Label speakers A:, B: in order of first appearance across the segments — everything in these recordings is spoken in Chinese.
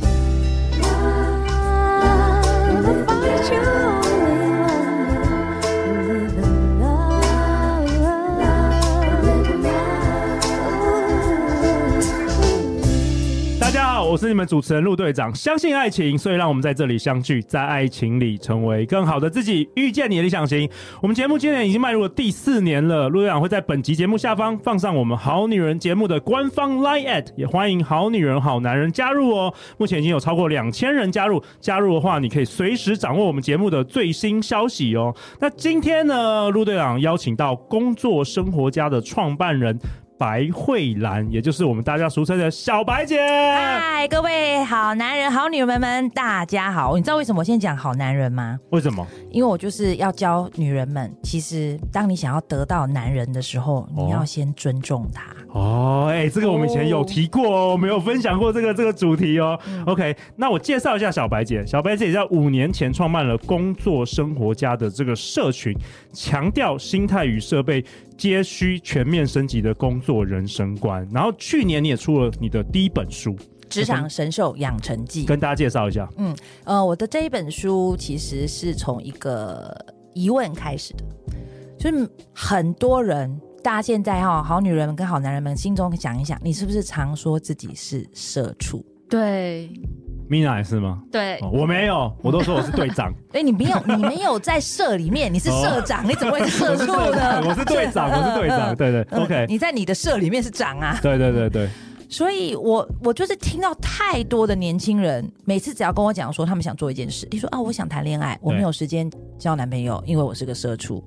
A: Love, find your way, live in love, live in love.
B: 大家好，我是你们主持人陆队长。相信爱情，所以让我们在这里相聚，在爱情里成为更好的自己，遇见你的理想型。我们节目今年已经迈入了第四年了，陆队长会在本集节目下方放上我们《好女人》节目的官方 Line at，也欢迎好女人、好男人加入哦。目前已经有超过两千人加入，加入的话，你可以随时掌握我们节目的最新消息哦。那今天呢，陆队长邀请到工作生活家的创办人。白慧兰，也就是我们大家俗称的小白姐。啊
C: 嗨，各位好男人、好女人们，大家好！你知道为什么我先讲好男人吗？
B: 为什么？
C: 因为我就是要教女人们，其实当你想要得到男人的时候，
B: 哦
C: 你要先尊重他。
B: 哦，哎、这个我们以前有提过哦，我们有分享过这个这个主题哦。OK，那我介绍一下小白姐。小白姐在五年前创办了工作生活家的这个社群，强调心态与设备皆需全面升级的工作人生观。然后去年你也出了你的第一本书，
C: 职场神兽养成记，
B: 跟大家介绍一下。
C: 呃，我的这一本书其实是从一个疑问开始的，就是很多人，大家现在哈、好女人们跟好男人们心中想一想，你是不是常说自己是社畜？
D: 对
B: Mina 也是吗？
D: 对，
B: 哦我没有，我都说我是队长，
C: 哎，你没有，你没有在社里面，你是社长，你怎么会是 社
B: 我是
C: 畜
B: 队
C: 呢
B: 长，？我是队长，我是队 长，对对
C: 嗯
B: ，OK，
C: 你在你的社里面是长啊，
B: 对对对对，
C: 所以我我就是听到太多的年轻人，每次只要跟我讲说他们想做一件事，你说啊，我想谈恋爱，我没有时间交男朋友，因为我是个社畜；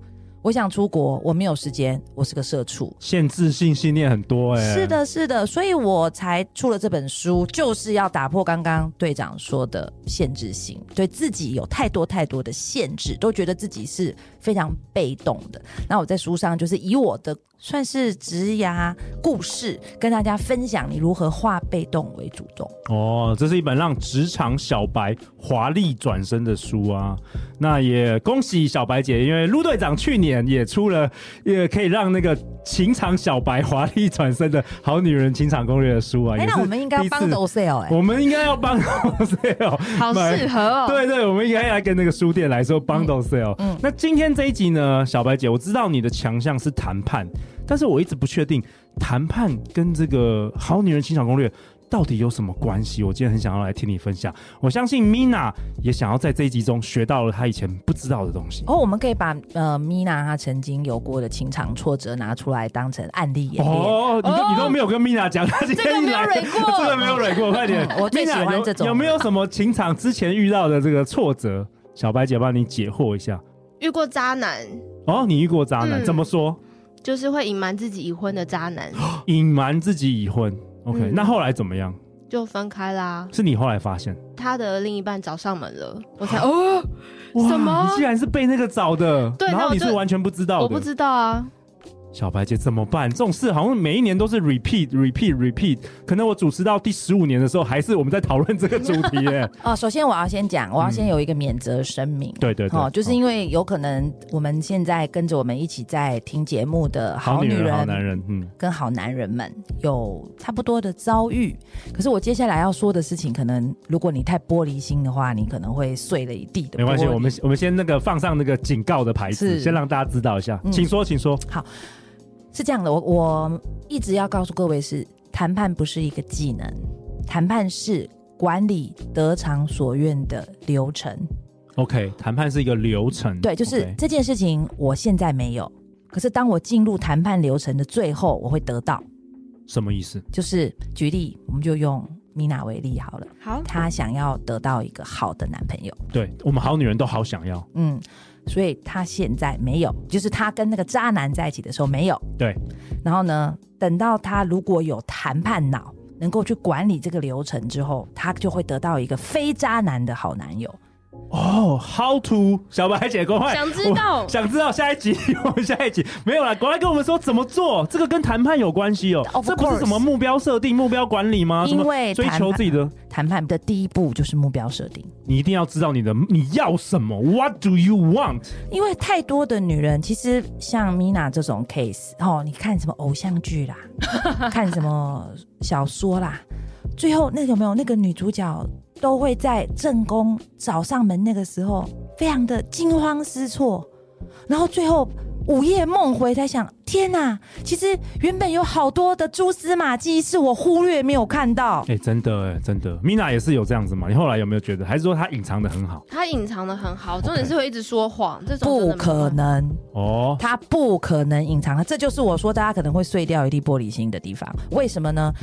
C: 我想出国，我没有时间，我是个社畜。
B: 限制性信念很多哎、
C: 是，的，是的，所以我才出了这本书，就是要打破刚刚队长说的限制性，对自己有太多太多的限制，都觉得自己是非常被动的。那我在书上就是以我的算是职涯故事，跟大家分享你如何化被动为主动。
B: 哦，这是一本让职场小白华丽转身的书啊。那也恭喜小白姐，因为陆队长去年也出了，也可以让那个情场小白华丽转身的好女人情场攻略的书啊。
C: 哎、
B: 也
C: 那
B: 是
C: 我们应该
B: 第
C: 要
B: 一次
C: 帮 d o sale 哎、
B: 我们应该要帮 sale，
D: 好适合哦。
B: 对对，我们应该来跟那个书店来说 bundle sale。
C: 嗯
B: 那今天这一集呢，小白姐，我知道你的强项是谈判，但是我一直不确定谈判跟这个《好女人情场攻略》到底有什么关系。我今天很想要来听你分享，我相信 Mina 也想要在这一集中学到了她以前不知道的东西。
C: 哦，我们可以把呃米娜她曾经有过的情场挫折拿出来当成案例演练。
B: 哦，你都
D: 哦
B: 你都没有跟 Mina 讲，她今
D: 这个
B: 天一
D: 没有
B: 来，
D: 蕊过
B: 这个没有蕊过，快点！
C: 嗯我最喜
B: Mina，
C: 欢
B: 有
C: 这种
B: 有没有什么情场之前遇到的这个挫折？小白姐帮你解惑一下。
D: 遇过渣男，
B: 哦，你遇过渣男，
D: 嗯
B: 怎么说？
D: 就是会隐瞒自己已婚的渣男，
B: 隐瞒自己已婚。OK，、
D: 嗯
B: 那后来怎么样？
D: 就分开啦。
B: 是你后来发现？
D: 他的另一半找上门了，我才哦，什么
B: 你竟然是被那个找的？
D: 对
B: 然
D: 那
B: 后
D: 我
B: 你是
D: 就
B: 完全不知道的。
D: 我不知道啊。
B: 小白姐怎么办？这种事好像每一年都是 repeat repeat repeat。可能我主持到第十五年的时候，还是我们在讨论这个主题 耶。
C: 哦，首先我要先讲，我要先有一个免责声明。
B: 嗯对对对
C: 哦，就是因为有可能我们现在跟着我们一起在听节目的
B: 好
C: 好
B: 女
C: 女
B: 人，好男
C: 人
B: 人，嗯，
C: 跟好男人们有差不多的遭遇，可是我接下来要说的事情，可能如果你太玻璃心的话，你可能会碎了一地的玻璃。
B: 没关系，我们我们先那个放上那个警告的牌子，
C: 是
B: 先让大家知道一下。
C: 嗯
B: 请说，请说。
C: 是这样的，我我一直要告诉各位是，谈判不是一个技能，谈判是管理得偿所愿的流程。
B: OK，谈判是一个流程，
C: 对，就是这件事情，我现在没有，可是当我进入谈判流程的最后，我会得到。
B: 什么意思？
C: 就是举例，我们就用米娜为例好了，
D: 好，
C: 她想要得到一个好的男朋友，
B: 对我们好女人都好想要，
C: 嗯，所以她现在没有，就是她跟那个渣男在一起的时候没有。
B: 对，
C: 然后呢，等到她如果有谈判脑，能够去管理这个流程之后，她就会得到一个非渣男的好男友。
B: 哦，How to 小白姐公会
E: 想知道
B: 我想知道下一集，我们下一集没有啦，国来跟我们说怎么做，这个跟谈判有关系哦、
C: Of
B: 这不是
C: course
B: 什么目标设定、目标管理吗？
C: 因为
B: 什么追
C: 谈
B: 求
C: 判
B: 自己的，
C: 谈判的第一步就是目标设定，
B: 你一定要知道你的你要什么，What do you want？
C: 因为太多的女人，其实像 Mina 这种 case，哦，你看什么偶像剧 啦，看什么小说啦，最后那有没有那个女主角都会在正宫找上门那个时候，非常的惊慌失措，然后最后午夜梦回才想，天哪，其实原本有好多的蛛丝马迹是我忽略没有看到。
B: 哎、真的哎、真的，Mina 也是有这样子嘛？你后来有没有觉得，还是说她隐藏的很好？
D: 他隐藏的很好，重点是会一直说谎，这种真的没
C: 不
D: 办法
C: 可。能，
B: 哦，
C: 他不可能隐藏，这就是我说大家可能会碎掉一地玻璃心的地方。为什么呢？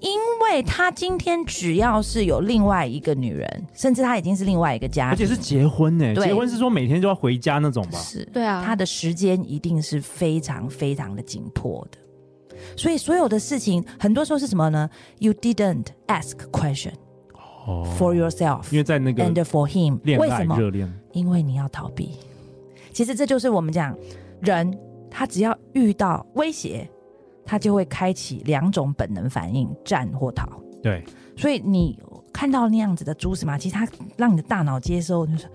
C: 因为他今天只要是有另外一个女人，甚至他已经是另外一个家
B: 而且
C: 庭，
B: 是结婚呢、
C: 对
B: 结婚是说每天就要回家那种吧？
C: 是
D: 对啊，
C: 他的时间一定是非常非常的紧迫的。所以所有的事情，很多时候是什么呢？You didn't ask question
B: 哦
C: for yourself
B: 因为在那个
C: and for him。
B: 恋
C: 为
B: 爱
C: 什么？
B: 热恋，
C: 因为你要逃避。其实这就是我们讲，人他只要遇到威胁，他就会开启两种本能反应：战或逃。
B: 对，
C: 所以你看到那样子的蛛丝马迹，它让你的大脑接收，就是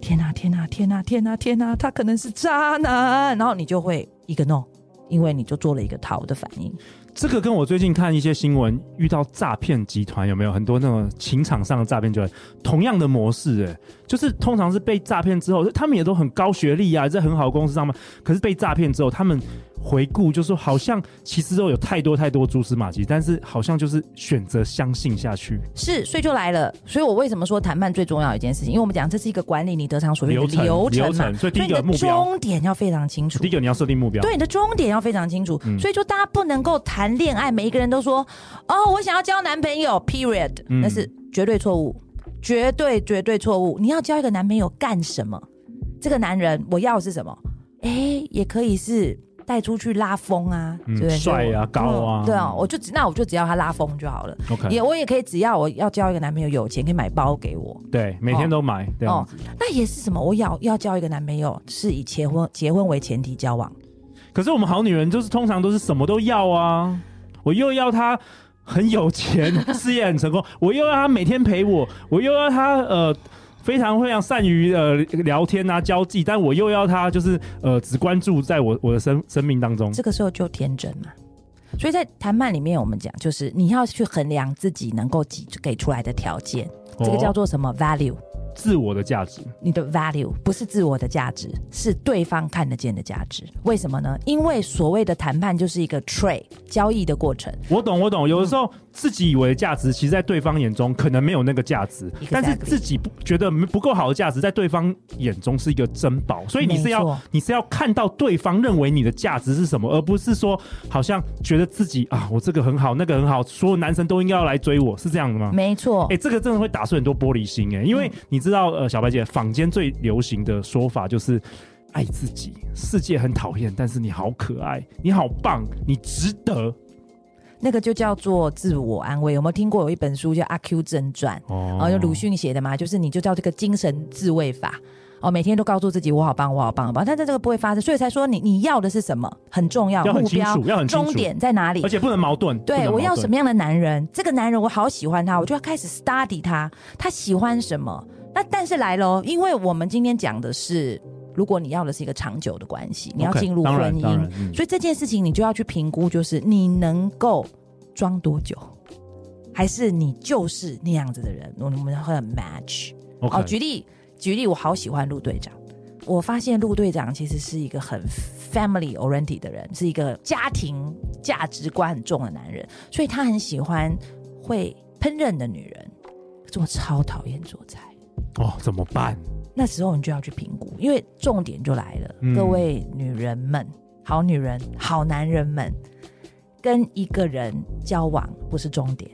C: 天啊天啊天啊天啊天啊，他可能是渣男，然后你就会一个 no，因为你就做了一个逃的反应。
B: 这个跟我最近看一些新闻，遇到诈骗集团有没有很多那种情场上的诈骗集团，同样的模式、哎，就是通常是被诈骗之后，他们也都很高学历啊，在很好的公司上班，可是被诈骗之后，他们回顾就说，好像其实都有太多太多蛛丝马迹，但是好像就是选择相信下去，
C: 是，所以就来了。所以我为什么说谈判最重要的一件事情？因为我们讲这是一个管理你得偿所愿的
B: 流程
C: 流程
B: 流
C: 嘛，
B: 程所以第一个
C: 你的
B: 目标
C: 终点要非常清楚
B: 第一。个你要设定目标，
C: 对你的终点要非常清楚，
B: 嗯
C: 所以就大家不能够谈恋爱，每一个人都说哦，我想要交男朋友，period，、
B: 嗯
C: 那是绝对错误，绝对绝对错误。你要交一个男朋友干什么？这个男人我要的是什么？哎、也可以是带出去拉风啊，
B: 嗯
C: 对不对？
B: 帅啊
C: 所以我
B: 高啊嗯
C: 嗯对啊，我就只那我就只要他拉风就好了。
B: ，OK，
C: 也我也可以，只要我要交一个男朋友有钱，可以买包给我，
B: 对，啊每天都买
C: 哦
B: 这
C: 啊
B: 样子。
C: 那也是什么？我要要交一个男朋友是以结婚结婚为前提交往。
B: 可是我们好女人就是通常都是什么都要啊，我又要她很有 钱，事业很成功，我又要她每天陪我，我又要她呃。非常非常善于呃聊天啊交际，但我又要她就是呃只关注在我我的生生命当中。
C: 这个时候就天真嘛。所以在谈判里面，我们讲就是你要去衡量自己能够给给出来的条件，这个叫
B: 哦
C: 做什么 value？
B: 自我的价值，
C: 你的 value 不是自我的价值，是对方看得见的价值。为什么呢？因为所谓的谈判就是一个 trade 交易的过程。
B: 我懂我懂。有的时候自己以为的价值，其实在对方眼中可能没有那个价值
C: Exactly
B: 但是自己不觉得不够好的价值，在对方眼中是一个珍宝。所以你是
C: 没
B: 要
C: 错
B: 你是要看到对方认为你的价值是什么，而不是说好像觉得自己啊，我这个很好，那个很好，所有男生都应该要来追我，是这样的吗？
C: 没错，
B: 哎、这个真的会打碎很多玻璃心哎、因为你知道，呃，小白姐坊间最流行的说法就是爱自己，世界很讨厌，但是你好可爱，你好棒，你值得
C: 那个就叫做自我安慰。有没有听过有一本书叫《阿 Q 正传》？
B: 哦
C: 然后就鲁迅写的嘛，就是你就叫这个精神自卫法。哦，每天都告诉自己我好棒，我好棒，我好棒，但是这个不会发生，所以才说你你要的是什么很重要，
B: 要很
C: 目
B: 清
C: 标
B: 楚要很清楚
C: 终点在哪里
B: 而？且不能矛盾。不
C: 对
B: 能
C: 我要
B: 矛盾
C: 什么样的男人？这个男人我好喜欢他，我就要开始 study 他，他喜欢什么？那但是来喽，因为我们今天讲的是，如果你要的是一个长久的关系，你要
B: OK，
C: 进入
B: 当然
C: 婚姻
B: 当然嗯
C: 所以这件事情你就要去评估，就是你能够装多久，还是你就是那样子的人，我们会很 match。
B: ？OK，
C: 哦，举例举例，我好喜欢陆队长。我发现陆队长其实是一个很 family oriented 的人，是一个家庭价值观很重的男人，所以他很喜欢会烹饪的女人。可是我超讨厌做菜，
B: 哦，怎么办？
C: 那时候你就要去评估，因为重点就来了，
B: 嗯
C: 各位女人们、好女人、好男人们，跟一个人交往不是终点，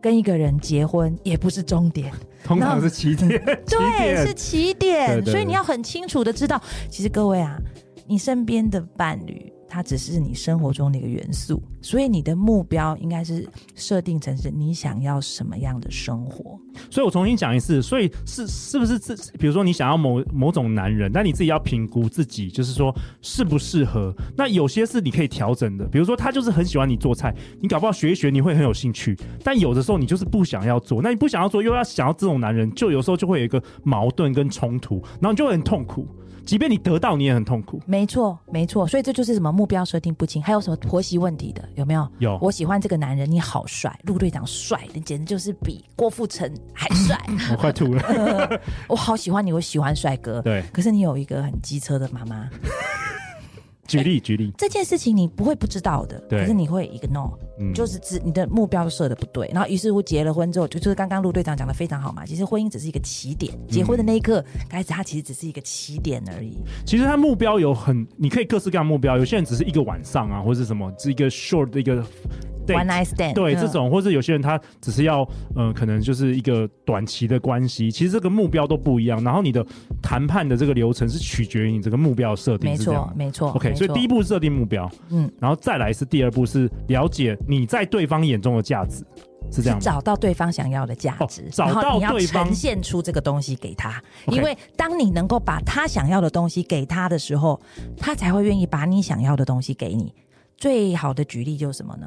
C: 跟一个人结婚也不是 终点。
B: 通常
C: 那
B: 是起点，起
C: 对，
B: 点
C: 是起点，
B: 对对
C: 所
B: 对
C: 以你要很清楚的知道，其实各位啊，你身边的伴侣它只是你生活中的一个元素，所以你的目标应该是设定成是你想要什么样的生活。
B: 所以我重新讲一次，所以是是不是自，比如说你想要某某种男人，但你自己要评估自己，就是说适不适合。那有些是你可以调整的，比如说他就是很喜欢你做菜，你搞不好学一学你会很有兴趣，但有的时候你就是不想要做，那你不想要做又要想要这种男人，就有时候就会有一个矛盾跟冲突，然后你就会很痛苦。即便你得到，你也很痛苦。
C: 没错，没错，所以这就是什么目标设定不清，还有什么婆媳问题的，有没有？
B: 有
C: 我喜欢这个男人，你好帅，陆队长帅，你简直就是比郭富城还 帅。
B: 我快吐了。
C: 我好喜欢你，我喜欢帅哥。
B: 对
C: 可是你有一个很机车的妈妈，
B: 举例举例，
C: 这件事情你不会不知道的，
B: 对
C: 可是你会 ignore，、
B: 嗯
C: 就是指你的目标设的不对，然后于是乎结了婚之后，就就是刚刚陆队长讲的非常好嘛，其实婚姻只是一个起点，
B: 嗯
C: 结婚的那一刻开始，它其实只是一个起点而已。
B: 其实他目标有很，你可以各式各样的目标，有些人只是一个晚上啊，或者是什么，是一个 short 的一个 date
C: One night stand，
B: 对
C: 嗯
B: 这种，或是有些人他只是要，呃，可能就是一个短期的关系，其实这个目标都不一样。然后你的谈判的这个流程是取决于你这个目标设定，
C: 没
B: 是这样
C: 错
B: 吗，
C: 没错。
B: OK，
C: 没
B: 所以
C: 错
B: 第一步是设定目标，
C: 嗯
B: 嗯，然后再来是第二步是了解你在对方眼中的价值，是这
C: 是
B: 样吗？
C: 找到对方想要的价值，
B: 哦找到
C: 然后你要
B: 对方
C: 呈现出这个东西给他。
B: OK
C: 因为当你能够把他想要的东西给他的时候，他才会愿意把你想要的东西给你。最好的举例就是什么呢？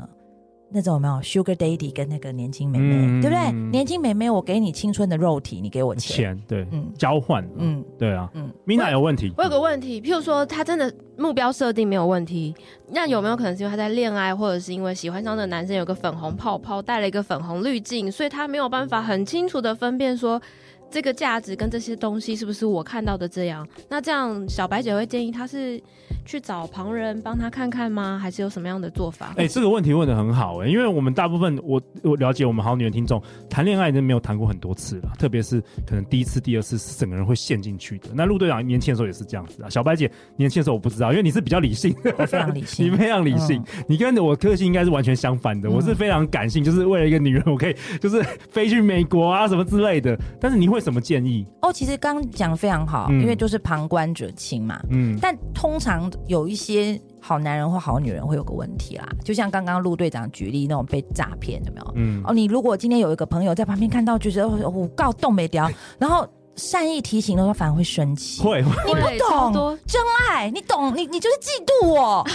C: 那种有没有 Sugar Daddy 跟那个年轻妹妹，
B: 嗯
C: 对不对？年轻妹妹，我给你青春的肉体，你给我钱。
B: 钱对，
C: 嗯
B: 交换，嗯，
C: 嗯
B: 对啊
C: 嗯，
B: ，Mina 有问题
D: 我有个问题，譬如说他真的目标设定没有问题，那有没有可能是因为他在恋爱，或者是因为喜欢上的男生有个粉红泡泡，带了一个粉红滤镜，所以他没有办法很清楚的分辨说这个价值跟这些东西是不是我看到的这样？那这样小白姐会建议他是去找旁人帮他看看吗？还是有什么样的做 法？
B: 哎、这个问题问的很好哎、因为我们大部分我我了解我们好女人听众谈恋爱已经没有谈过很多次了，特别是可能第一次、第二次是整个人会陷进去的。那陆队长年轻的时候也是这样子啊，小白姐年轻的时候我不知道，因为你是比较理性，
C: 我非常理 性
B: 你非常理性，你跟我个性应该是完全相反的。我是非常感性，就是为了一个女人，我可以就是飞去美国啊什么之类的。但是你会什么建议？
C: 哦，其实刚讲的非常好，
B: 嗯
C: 因为就是旁观者清嘛。
B: 嗯，
C: 但通常有一些好男人或好女人会有个问题啦，就像刚刚陆队长举例那种被诈骗，有没有？
B: 嗯
C: 哦，你如果今天有一个朋友在旁边看到，觉得哦我告动没掉，然后善意提醒的话，反而会生气。
B: 会，
D: 你不
C: 懂
D: 多
C: 真爱，你懂，你你就是嫉妒我。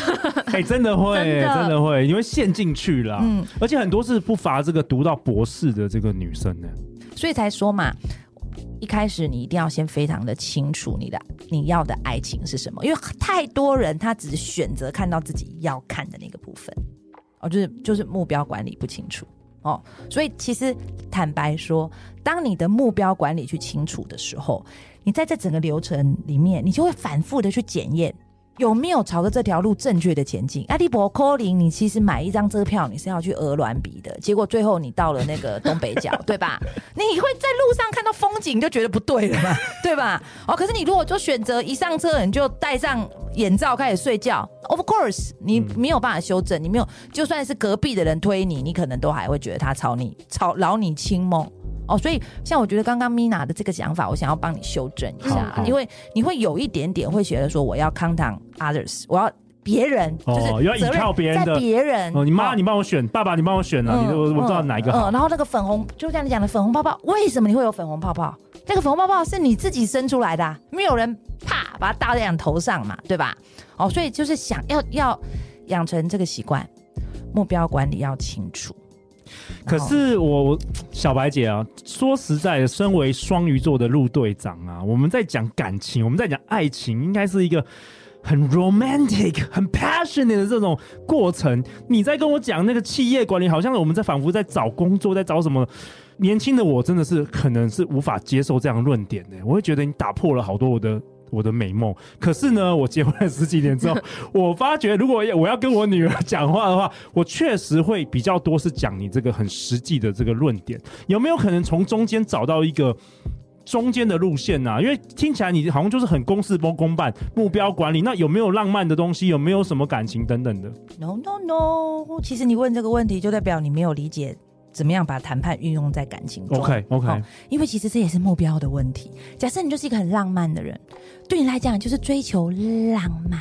B: 哎、真的会，
D: 真的
B: 真的会，你会陷进去啦。
C: 嗯，
B: 而且很多是不乏这个读到博士的这个女生呢、
C: 所以才说嘛，一开始你一定要先非常的清楚你的你要的爱情是什么，因为太多人他只选择看到自己要看的那个部分，哦，就是就是目标管理不清楚哦，所以其实坦白说，当你的目标管理去清楚的时候，你在这整个流程里面，你就会反复的去检验。有没有朝着这条路正确的前进？阿迪伯科林，你其实买一张车票，你是要去鹅銮鼻的，结果最后你到了那个东北 角，对吧？你会在路上看到风景就觉得不对了 嘛，对吧？哦，可是你如果就选择一上车你就戴上眼罩开始睡觉，Of course，你没有办法修
B: 嗯
C: 正，你没有，就算是隔壁的人推你，你可能都还会觉得他吵你吵扰你清梦。哦，所以像我觉得刚刚 Mina 的这个想法，我想要帮你修正一下
B: 好，好
C: 因为你会有一点点会觉得说，我要 count on others，我要别人，
B: 哦
C: 就是
B: 要依
C: 责任
B: 靠别人的
C: 在别人。
B: 哦，你妈，
C: 哦
B: 你帮我选，爸爸，你帮我选啊了，你我我知道哪一个好。
C: 嗯，然后那个粉红，就像你讲的粉红泡泡，为什么你会有粉红泡泡？那个粉红泡泡是你自己生出来的、啊，没有人啪把它打在你头上嘛，对吧？哦，所以就是想要要养成这个习惯，目标管理要清楚。
B: 可
C: 然后
B: 是我我小白姐啊，说实在的，身为双鱼座的陆队长啊，我们在讲感情，我们在讲爱情，应该是一个。很 romantic、很 passionate 的这种过程，你在跟我讲那个企业管理，好像我们在仿佛在找工作，在找什么？年轻的我真的是可能是无法接受这样的论点的、我会觉得你打破了好多我的我的美梦。可是呢，我结婚了十几年之后，我发觉如果我要跟我女儿讲话的话，我确实会比较多是讲你这个很实际的这个论点，有没有可能从中间找到一个？中间的路线呐、啊因为听起来你好像就是很公事公公办、目标管理，那有没有浪漫的东西？有没有什么感情等等的？
C: 哦 No no no，其实你问这个问题，就代表你没有理解怎么样把谈判运用在感情中。
B: OK，OK
C: 因为其实这也是目标的问题。假设你就是一个很浪漫的人，对你来讲就是追求浪漫，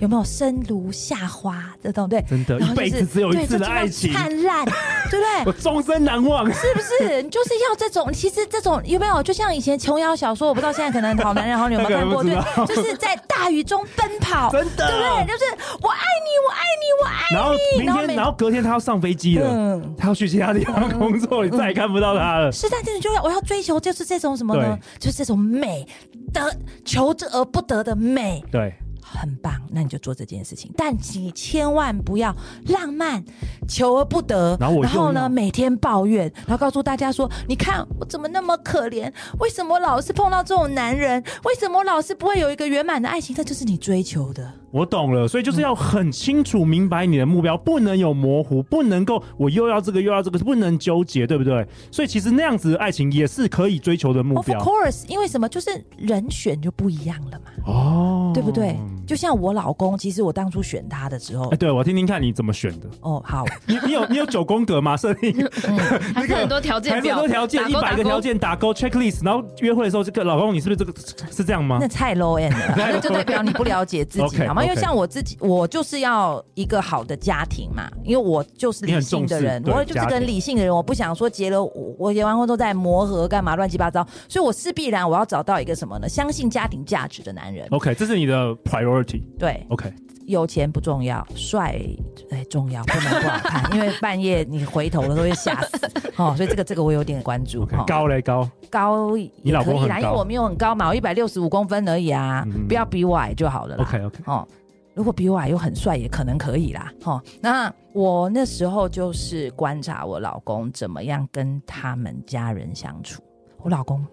C: 有没有生如夏花这种对？
B: 真的，一
C: 然后就
B: 辈
C: 是
B: 子只有一
C: 对
B: 次
C: 就
B: 的
C: 这么
B: 爱情，
C: 灿烂，对不对？
B: 我终身难 忘。
C: 是不是？你就是要这种，其实这种有没有？就像以前琼瑶小说，我不知道现在可能好男人好女人有没有看过，
B: 那
C: 对
B: 个不知道，
C: 就是在大雨中奔跑，对
B: 真
C: 不
B: 的
C: 对？就是我爱你，我爱你，我爱。
B: 然后明
C: 哎然后
B: 天，
C: 每
B: 然后隔天他要上飞机了
C: 嗯，
B: 他要去其他地方工作，你再也看不到他了。
C: 是，但是你就要我要追求就是这种什么呢？就是这种美得求之而不得的美，
B: 对，
C: 很棒。那你就做这件事情，但你千万不要浪漫求而不得，
B: 然后我又要
C: 呢每天抱怨，然后告诉大家说：你看我怎么那么可怜？为什么老是碰到这种男人？为什么我老是不会有一个圆满的爱情？这就是你追求的。
B: 我懂了，所以就是要很清楚明白你的目标，不能有模糊，不能够我又要这个又要这个，不能纠结，对不对？所以其实那样子的爱情也是可以追求的目
C: Of
B: 标
C: course，因为什么？就是人选就不一样了嘛，
B: 哦，
C: 对不对？就像我老公，其实我当初选他的时候
B: 哎，，对我听听看你怎么选的。
C: 哦，好，
B: 你你有你有九宫格吗？设定
D: 还是很多条件
B: 还是
D: 表，
B: 很多条件，
D: 打
B: 一
D: 勾
B: 百个
D: 打勾
B: 条件打勾 checklist，然后约会的时候，这个老公你是不是这个是这样吗
C: 那？太 low end 了，那就代表你不了解自己
B: 啊 OK，
C: 好吗？因为
B: OK
C: 像我自己，我就是要一个好的家庭嘛，因为我就是理性的人
B: 你很重视，对
C: 我就是
B: 家
C: 跟
B: 庭
C: 理性的人，我不想说结了我我结完婚之后再磨合干嘛乱七八糟，所以我势必然我要找到一个什么呢？相信家庭价值的男人，
B: OK，这是你的 priority。
C: 对，
B: OK，
C: 有钱不重要，帅哎重要，不能不好看，因为半夜你回头了都会吓死哦，所以这个这个我有点关注
B: OK，
C: 哦
B: 高嘞高，
C: 高
B: 你
C: 也
B: 老
C: 可
B: 公
C: 以
B: 很
C: 啦，因为
B: 高
C: 我没有很高嘛，我一百六十五公分而已啊，
B: 嗯
C: 不要比我矮就好了啦。
B: OK，OK
C: 哦，如果比我矮又很帅，也可能可以啦。哦，那我那时候就是观察我老公怎么样跟他们家人相处，我老公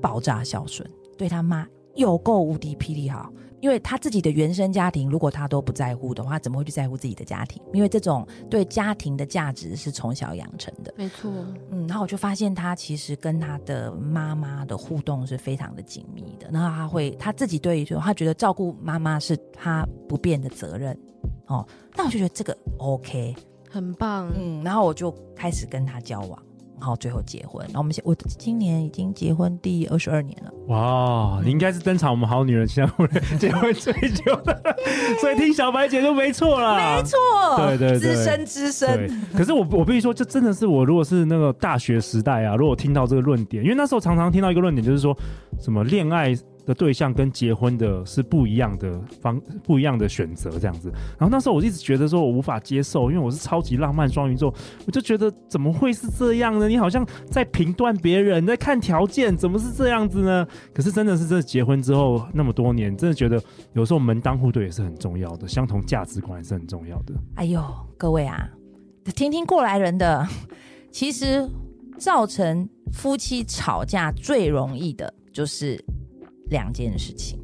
C: 爆炸孝顺，对他妈有够无敌霹雳好。因为他自己的原生家庭，如果他都不在乎的话，怎么会去在乎自己的家庭？因为这种对家庭的价值是从小养成的。
D: 没错，
C: 嗯，然后我就发现他其实跟他的妈妈的互动是非常的紧密的。然后他会他自己对于就他觉得照顾妈妈是他不变的责任哦。那我就觉得这个 OK，
D: 很棒。
C: 嗯，然后我就开始跟他交往，然后最后结婚。然后我们现我今年已经结婚第二十二年了，
B: 哇，你应该是登场我们好女人相互结婚最久的，所以听小白姐就没错啦。
C: 没错，
B: 对对对
C: 哦资深资
B: 对
C: 深，，
B: 可是我我必须说，这真的是我如果是那个大学时代啊，如果听到这个论点，因为那时候常常听到一个论点，就是说什么恋爱的对象跟结婚的是不一样的方不一样的选择这样子。然后那时候我一直觉得说我无法接受，因为我是超级浪漫双鱼座，我就觉得怎么会是这样呢？你好像在评断别人，在看条件，怎么是这样子呢？可是真的是这结婚之后那么多年，真的觉得有时候门当户对也是很重要的，相同价值观也是很重要的。
C: 哎呦，各位啊，听听过来人的，其实造成夫妻吵架最容易的就是两件事情，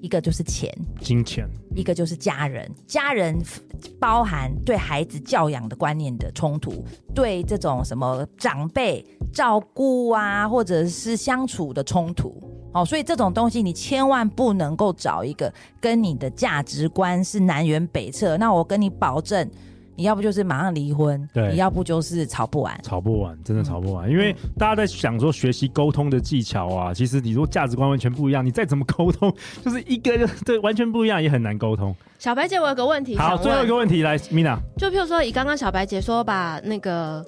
C: 一个就是钱，
B: 金钱，
C: 一个就是家人。家人包含对孩子教养的观念的冲突，对这种什么长辈照顾啊，或者是相处的冲突。哦，所以这种东西你千万不能够找一个跟你的价值观是南辕北辙。那我跟你保证，你要不就是马上离婚，
B: 对
C: 你要不就是吵不完。
B: 吵不完，真的吵不完。因为大家在想说学习沟通的技巧啊，其实你说价值观完全不一样，你再怎么沟通， 就是一个对完全不一样，也很难沟通。
D: 小白姐，我有个问题想
B: 好，
D: 问，
B: 最后一个问题来，Mina，
D: 就譬如说，以刚刚小白姐说把那个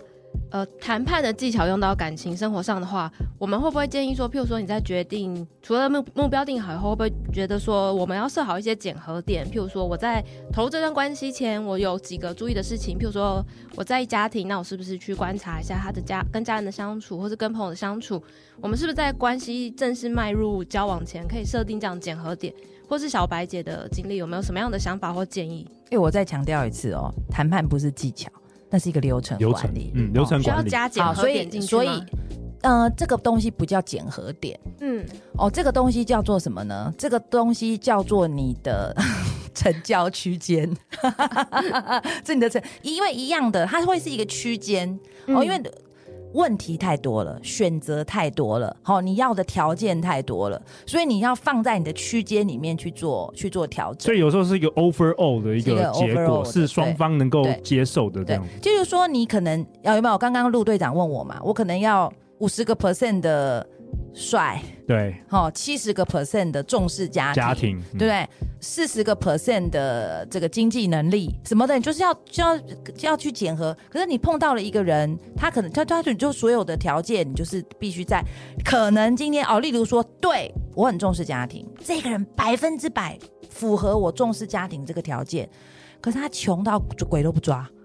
D: 呃谈判的技巧用到感情生活上的话，我们会不会建议说，譬如说你在决定除了目目标定好以后，会不会觉得说我们要设好一些检核点？譬如说我在投入这段关系前，我有几个注意的事情，譬如说我在意家庭，那我是不是去观察一下他的家跟家人的相处，或是跟朋友的相处？我们是不是在关系正式迈入交往前，可以设定这样检核点？或是小白姐的经历有没有什么样的想法或建议？
C: 因为哎我再强调一次哦，谈判不是技巧，那是一个流程
B: 流程
C: 管理，。
B: 嗯，流程
D: 需要
B: 管理，
D: 加检
C: 好，
D: 核
C: 所
D: 点
C: 以
D: 进去
C: 所以
D: 吗，
C: 呃，这个东西不叫检核点
D: 嗯，
C: 哦，这个东西叫做什么呢？这个东西叫做你的 成交区间， 这你的成，因为一样的，它会是一个区间哦，
D: 嗯
C: 因为。问题太多了，选择太多了，好、你要的条件太多了，所以你要放在你的区间里面去做去做调整
B: 所。以有时候是一个 overall 的一
C: 是一
B: 个
C: 个
B: 结
C: overall
B: 果，
C: 的
B: 是双方能够
C: 对对
B: 接受的这
C: 对
B: 样子，
C: 就是哦说你可能要有没有？刚刚陆队长问我嘛，我可能要五十个 percent 的帅，
B: 对
C: 哦，七十个 percent 的重视家庭，
B: 家庭嗯
C: 对不对？四十个 percent 的这个经济能力什么的，你就是要就要就要去检核。可是你碰到了一个人，他可能他他就就所有的条件，你就是必须在可能今天哦，例如说，对我很重视家庭，这个人百分之百符合我重视家庭这个条件，可是他穷到鬼都不抓。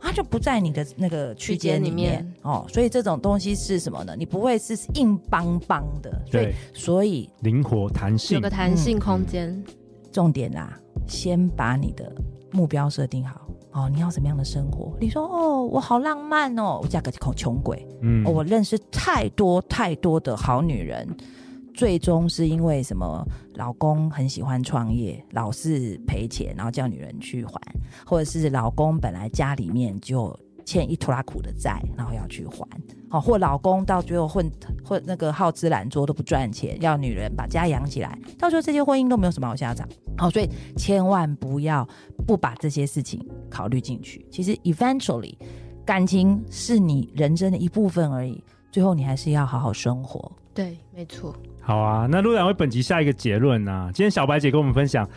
C: 他就不在你的那个区间里面
D: 区间里面
C: 哦，所以这种东西是什么呢？你不会是硬邦邦的，所以
B: 对，
C: 所以
B: 灵活弹
D: 有
B: 性
D: 个，弹性空
B: 嗯
D: 间，
C: 重点啦，先把你的目标设定好哦，你要什么样的生活？你说哦，我好浪漫哦，我嫁个穷穷鬼、
B: 嗯
C: 哦，我认识太多太多的好女人，最终是因为什么？老公很喜欢创业，老是赔钱，然后叫女人去还，或者是老公本来家里面就。欠一拖拉苦的债，然后要去还，哦，或老公到最后混混那个好吃懒做都不赚钱，要女人把家养起来，到最后这些婚姻都没有什么好下场。好，所以千万不要不把这些事情考虑进去。其实 eventually，感情是你人生的一部分而已，最后你还是要好好生活。
D: 对，没错，
B: 好啊，那陆两位本集下一个结论啊，今天小白姐跟我们分享，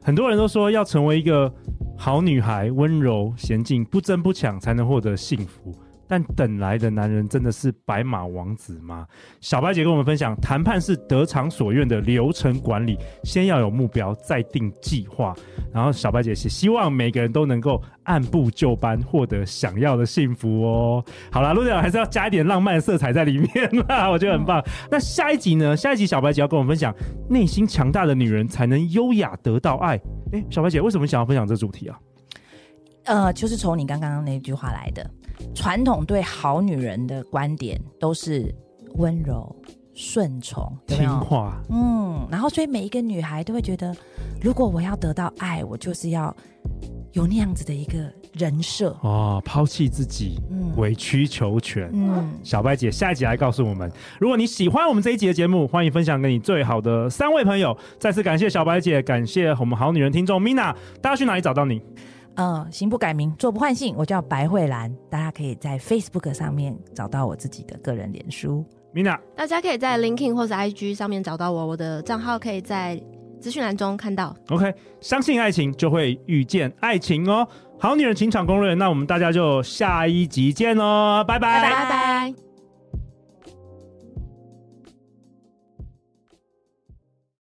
B: 很多人都说要成为一个好女孩，温柔娴静，不争不抢，才能获得幸福。但等来的男人真的是白马王子吗？小白姐跟我们分享，谈判是得偿所愿的流程管理，先要有目标，再定计划。然后小白姐是希望每个人都能够按部就班，获得想要的幸福哦。好啦，陆队长还是要加一点浪漫的色彩在里面啦，我觉得很棒。那下一集呢？下一集小白姐要跟我们分享，内心强大的女人才能优雅得到爱。哎，小白姐为什么想要分享这主题啊？
C: 呃，就是从你刚刚那句话来的，传统对好女人的观点都是温柔、顺从，有没
B: 听
C: 有？
B: 话，
C: 嗯，然后所以每一个女孩都会觉得，如果我要得到爱，我就是要有那样子的一个人设。
B: 哦，抛弃自己，
C: 嗯
B: 委曲求全。
C: 嗯，
B: 小白姐下一集来告诉我们。如果你喜欢我们这一集的节目，欢迎分享给你最好的三位朋友。再次感谢小白姐，感谢我们好女人听众 Mina。大家去哪里找到你？
C: 呃，行不改名，坐不换姓，我叫白慧兰，大家可以在 Facebook 上面找到我自己的个人脸书。
B: Mina，
D: 大家可以在 LinkedIn 或是 IG 上面找到我，我的账号可以在资讯栏中看到。
B: OK，相信爱情就会遇见爱情哦。好女人情场攻略，那我们大家就下一集见哦，拜拜
C: 拜
D: 拜拜。